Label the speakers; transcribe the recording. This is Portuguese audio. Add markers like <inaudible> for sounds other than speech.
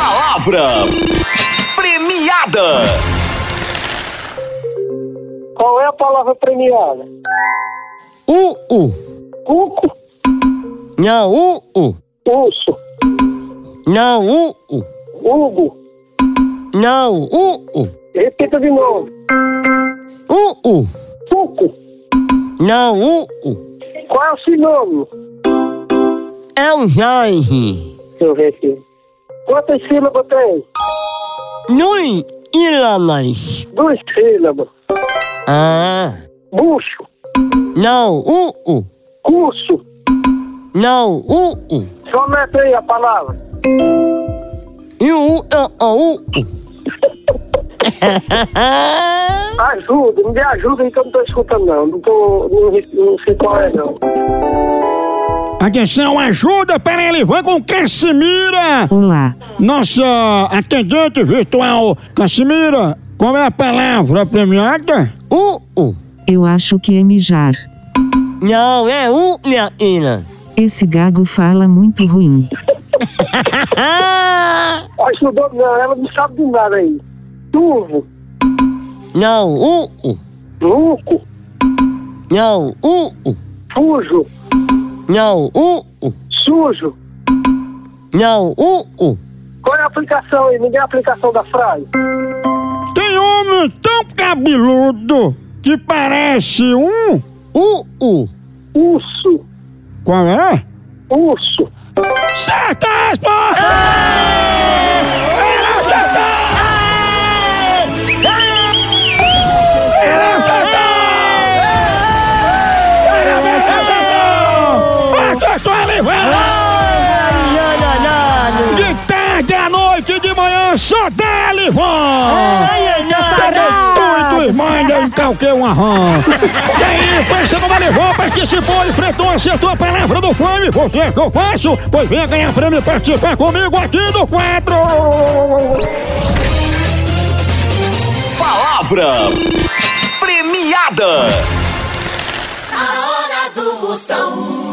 Speaker 1: Palavra premiada.
Speaker 2: Qual é a palavra premiada?
Speaker 3: U, u.
Speaker 2: Cuco,
Speaker 3: Não, u, u.
Speaker 2: urso,
Speaker 3: Não, u, u.
Speaker 2: Hugo.
Speaker 3: Não, u, u.
Speaker 2: Repita de novo.
Speaker 3: U, u.
Speaker 2: Cuco.
Speaker 3: Não, u, u.
Speaker 2: Qual é o sinônimo?
Speaker 3: É um Jorge.
Speaker 2: Deixa eu ver aqui. Quantas sílabas tem?
Speaker 3: Nui, ilamas.
Speaker 2: Duas sílabas.
Speaker 3: Ah.
Speaker 2: Bucho,
Speaker 3: Não, u, u.
Speaker 2: curso.
Speaker 3: Não, u, u.
Speaker 2: Só mete aí a palavra.
Speaker 3: E o u é o u, u. <laughs>
Speaker 2: Ajuda, me ajuda aí que eu não tô escutando não. Não, tô, não, não sei qual é não.
Speaker 4: Atenção, ajuda para ele, vai com Cassimira!
Speaker 5: Olá,
Speaker 4: Nossa atendente virtual, Cassimira, qual é a palavra premiada?
Speaker 3: U, u.
Speaker 5: eu acho que é mijar.
Speaker 3: Não, é u, minha ina.
Speaker 5: Esse gago fala muito ruim.
Speaker 3: Ah.
Speaker 2: Ajudou não, ela não sabe de nada aí. Turvo,
Speaker 3: Não, u, u.
Speaker 2: Luco,
Speaker 3: Não, u, u.
Speaker 2: Fujo,
Speaker 3: Não, u, u.
Speaker 2: Sujo.
Speaker 3: Não, u, u.
Speaker 2: Qual é a aplicação aí? Me dê a aplicação da frase.
Speaker 4: Tem homem tão cabeludo que parece um.
Speaker 3: U, u.
Speaker 2: Urso,
Speaker 4: Qual é?
Speaker 2: urso.
Speaker 4: Certa resposta! Ela acertou! Ela acertou! Ela acertou! Acertou ele, vai lá! De tarde à noite, de manhã, só dele, vó! Tudo, irmã, eu encalquei um arranjo. E aí, pensa numa levou, participou, enfrentou, acertou a palavra do fome. Você que eu faço, pois venha ganhar prêmio e participar comigo aqui do quadro.
Speaker 1: Palavra premiada.
Speaker 6: A hora do Moção.